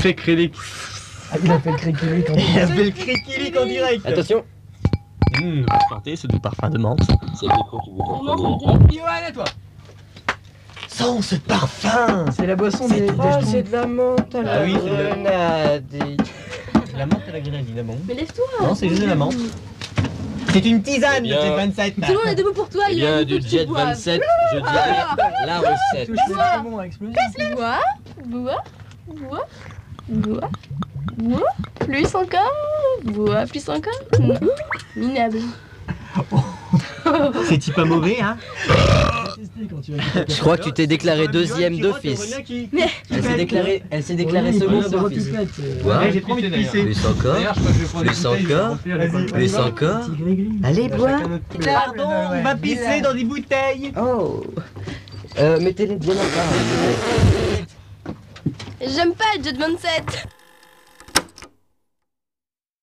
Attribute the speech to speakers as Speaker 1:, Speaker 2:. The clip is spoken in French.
Speaker 1: fait Krillik.
Speaker 2: Ah, il a fait le criquet quand il
Speaker 3: Il a fait le criquilic en direct.
Speaker 4: Attention
Speaker 1: Mmh, on va planter ce doux parfum de menthe.
Speaker 4: C'est le micro qui vous
Speaker 3: On
Speaker 4: prend.
Speaker 3: mange des- Johan, à toi. Sens ce parfum.
Speaker 2: C'est la boisson des, des jetons.
Speaker 5: de la menthe à
Speaker 3: Ah oui, c'est de-
Speaker 4: Grenade.
Speaker 3: La menthe à la grenadine, ah bon
Speaker 5: Mais lève-toi
Speaker 3: Non, c'est juste de la menthe. C'est une tisane,
Speaker 4: Eh
Speaker 3: le
Speaker 4: bien-
Speaker 3: Jet 27.
Speaker 5: Tout le monde est debout pour toi,
Speaker 4: Eh
Speaker 5: il y a
Speaker 4: bien,
Speaker 5: un
Speaker 4: du Jet 27, je dirais
Speaker 5: Ah
Speaker 4: la recette.
Speaker 2: Touche le saumon à exploser.
Speaker 5: Bois, bois, bois, bois, bois, plus encore, bois, plus encore. Mm. Minable.
Speaker 3: C'est-y pas mauvais, hein
Speaker 4: Je crois que tu t'es déclaré deuxième d'office. Elle s'est déclarée, elle s'est déclarée
Speaker 2: Oui,
Speaker 4: seconde
Speaker 2: voilà,
Speaker 4: d'office. Ah
Speaker 2: voilà, tu fais,
Speaker 4: Quoi
Speaker 1: Ouais, j'ai trop envie de pisser.
Speaker 4: Plus encore,
Speaker 1: D'ailleurs, je crois que je vais prendre
Speaker 4: Plus
Speaker 1: une bouteille, je vais remplir
Speaker 4: encore.
Speaker 1: les
Speaker 2: Vas-y,
Speaker 1: boîtes.
Speaker 4: plus
Speaker 2: vas-y.
Speaker 4: encore.
Speaker 2: Petit gris-gris.
Speaker 4: Allez,
Speaker 2: Là,
Speaker 4: bois.
Speaker 2: chacun notre couleur.
Speaker 3: Pardon, on va pisser dans des bouteilles
Speaker 4: Oh. Euh, mettez-les bien à part.
Speaker 5: J'aime pas le Jet 27.